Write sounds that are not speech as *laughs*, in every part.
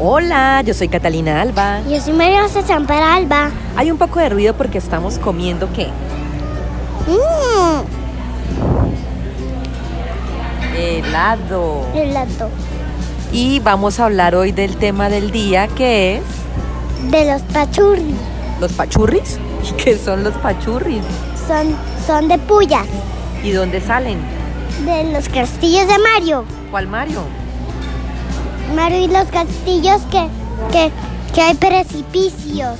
Hola, yo soy Catalina Alba. Yo soy María José Champara Alba. Hay un poco de ruido porque estamos comiendo qué? Mmm, Helado. el lato Y vamos a hablar hoy del tema del día que es de los pachurri. los pachurris. *laughs* ¿Y qué son los pachurris? Son, son de puyas. ¿Y dónde salen? De los castillos de Mario. ¿Cuál Mario? Mario y los castillos que, que, que hay precipicios.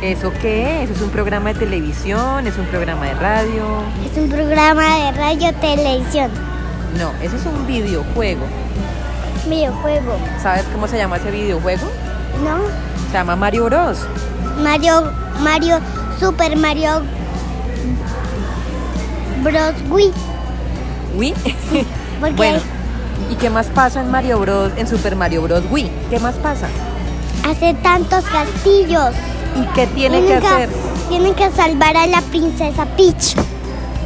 ¿Eso qué es? ¿Es un programa de televisión? ¿Es un programa de radio? Es un programa de radio televisión. No, eso es un videojuego. Videojuego. ¿Sabes cómo se llama ese videojuego? ¿No? Se llama Mario Bros. Mario, Mario, Super Mario Bros. Wii. Wii. *laughs* porque Bueno, ¿y qué más pasa en Mario Bros. en Super Mario Bros. Wii? ¿Qué más pasa? hace tantos castillos. ¿Y qué tiene que Tienen hacer? Tienen que salvar a la princesa Peach.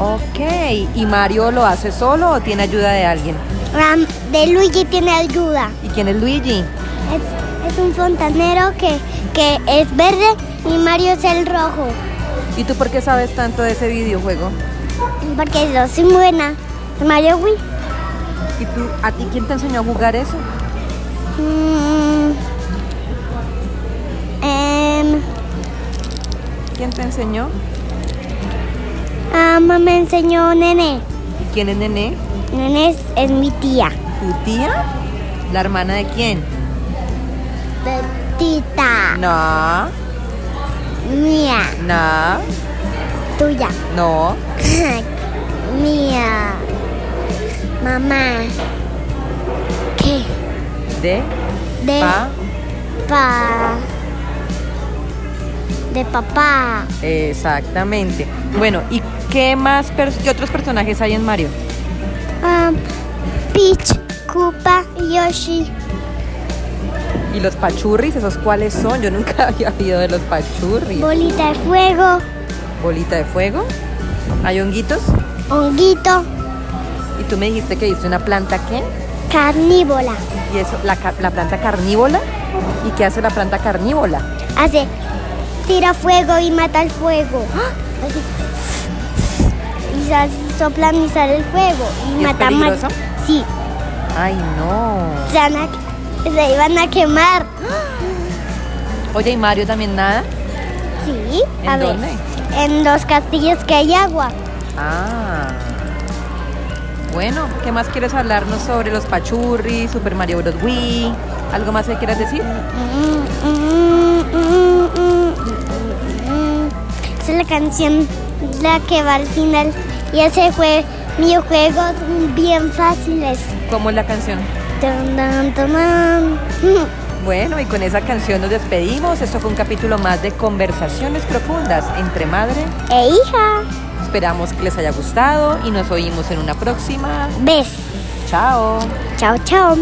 Ok, ¿y Mario lo hace solo o tiene ayuda de alguien? Ram- de Luigi tiene ayuda. ¿Y quién es Luigi? Es, es un fontanero que, que es verde y Mario es el rojo. ¿Y tú por qué sabes tanto de ese videojuego? Porque yo soy buena. Mario Wii. ¿Y tú, a ti quién te enseñó a jugar eso? Mm, em, ¿Quién te enseñó? ah, mamá me enseñó Nene. ¿Y quién es Nené? Nene es, es mi tía. ¿Tu tía? ¿La hermana de quién? Tita. No, Mía. no, Tuya. no. *coughs* Mía. Mamá. ¿Qué? De, De pa, papá. De papá. exactamente. Bueno, ¿y qué más, pers- qué otros personajes hay en Mario? Um, Peach, Koopa, Yoshi. ¿Y los pachurris, esos cuáles son? Yo nunca *laughs* había oído de los pachurris. Bolita de fuego. Bolita de fuego, hay honguitos, Honguito. y tú me dijiste que viste una planta ¿qué? Carnívora. y eso, la, ca- la planta carnívola. ¿Y qué hace la planta carnívola? Hace. Tira fuego y mata el fuego. *gasps* Así. Y sa- soplan y sale el fuego. Y, ¿Y es mata ma- peligroso? Sí. Ay, no. Se, van a- se iban a quemar. Oye, ¿y Mario también nada? Sí. ¿En a ver. dónde? En los castillos que hay agua. Ah. Bueno, ¿qué más quieres hablarnos sobre los pachurris, Super Mario Bros. Wii? ¿Algo más que quieras decir? Esa es la canción la que va al final y ese fue videojuegos bien fáciles. ¿Cómo es la canción? Tan, tan, tan, tan. *laughs* Bueno, y con esa canción nos despedimos. Esto fue un capítulo más de Conversaciones Profundas entre Madre. E hija, Esperamos que les haya gustado y nos oímos en una próxima. ves. Chao. Chao, chao.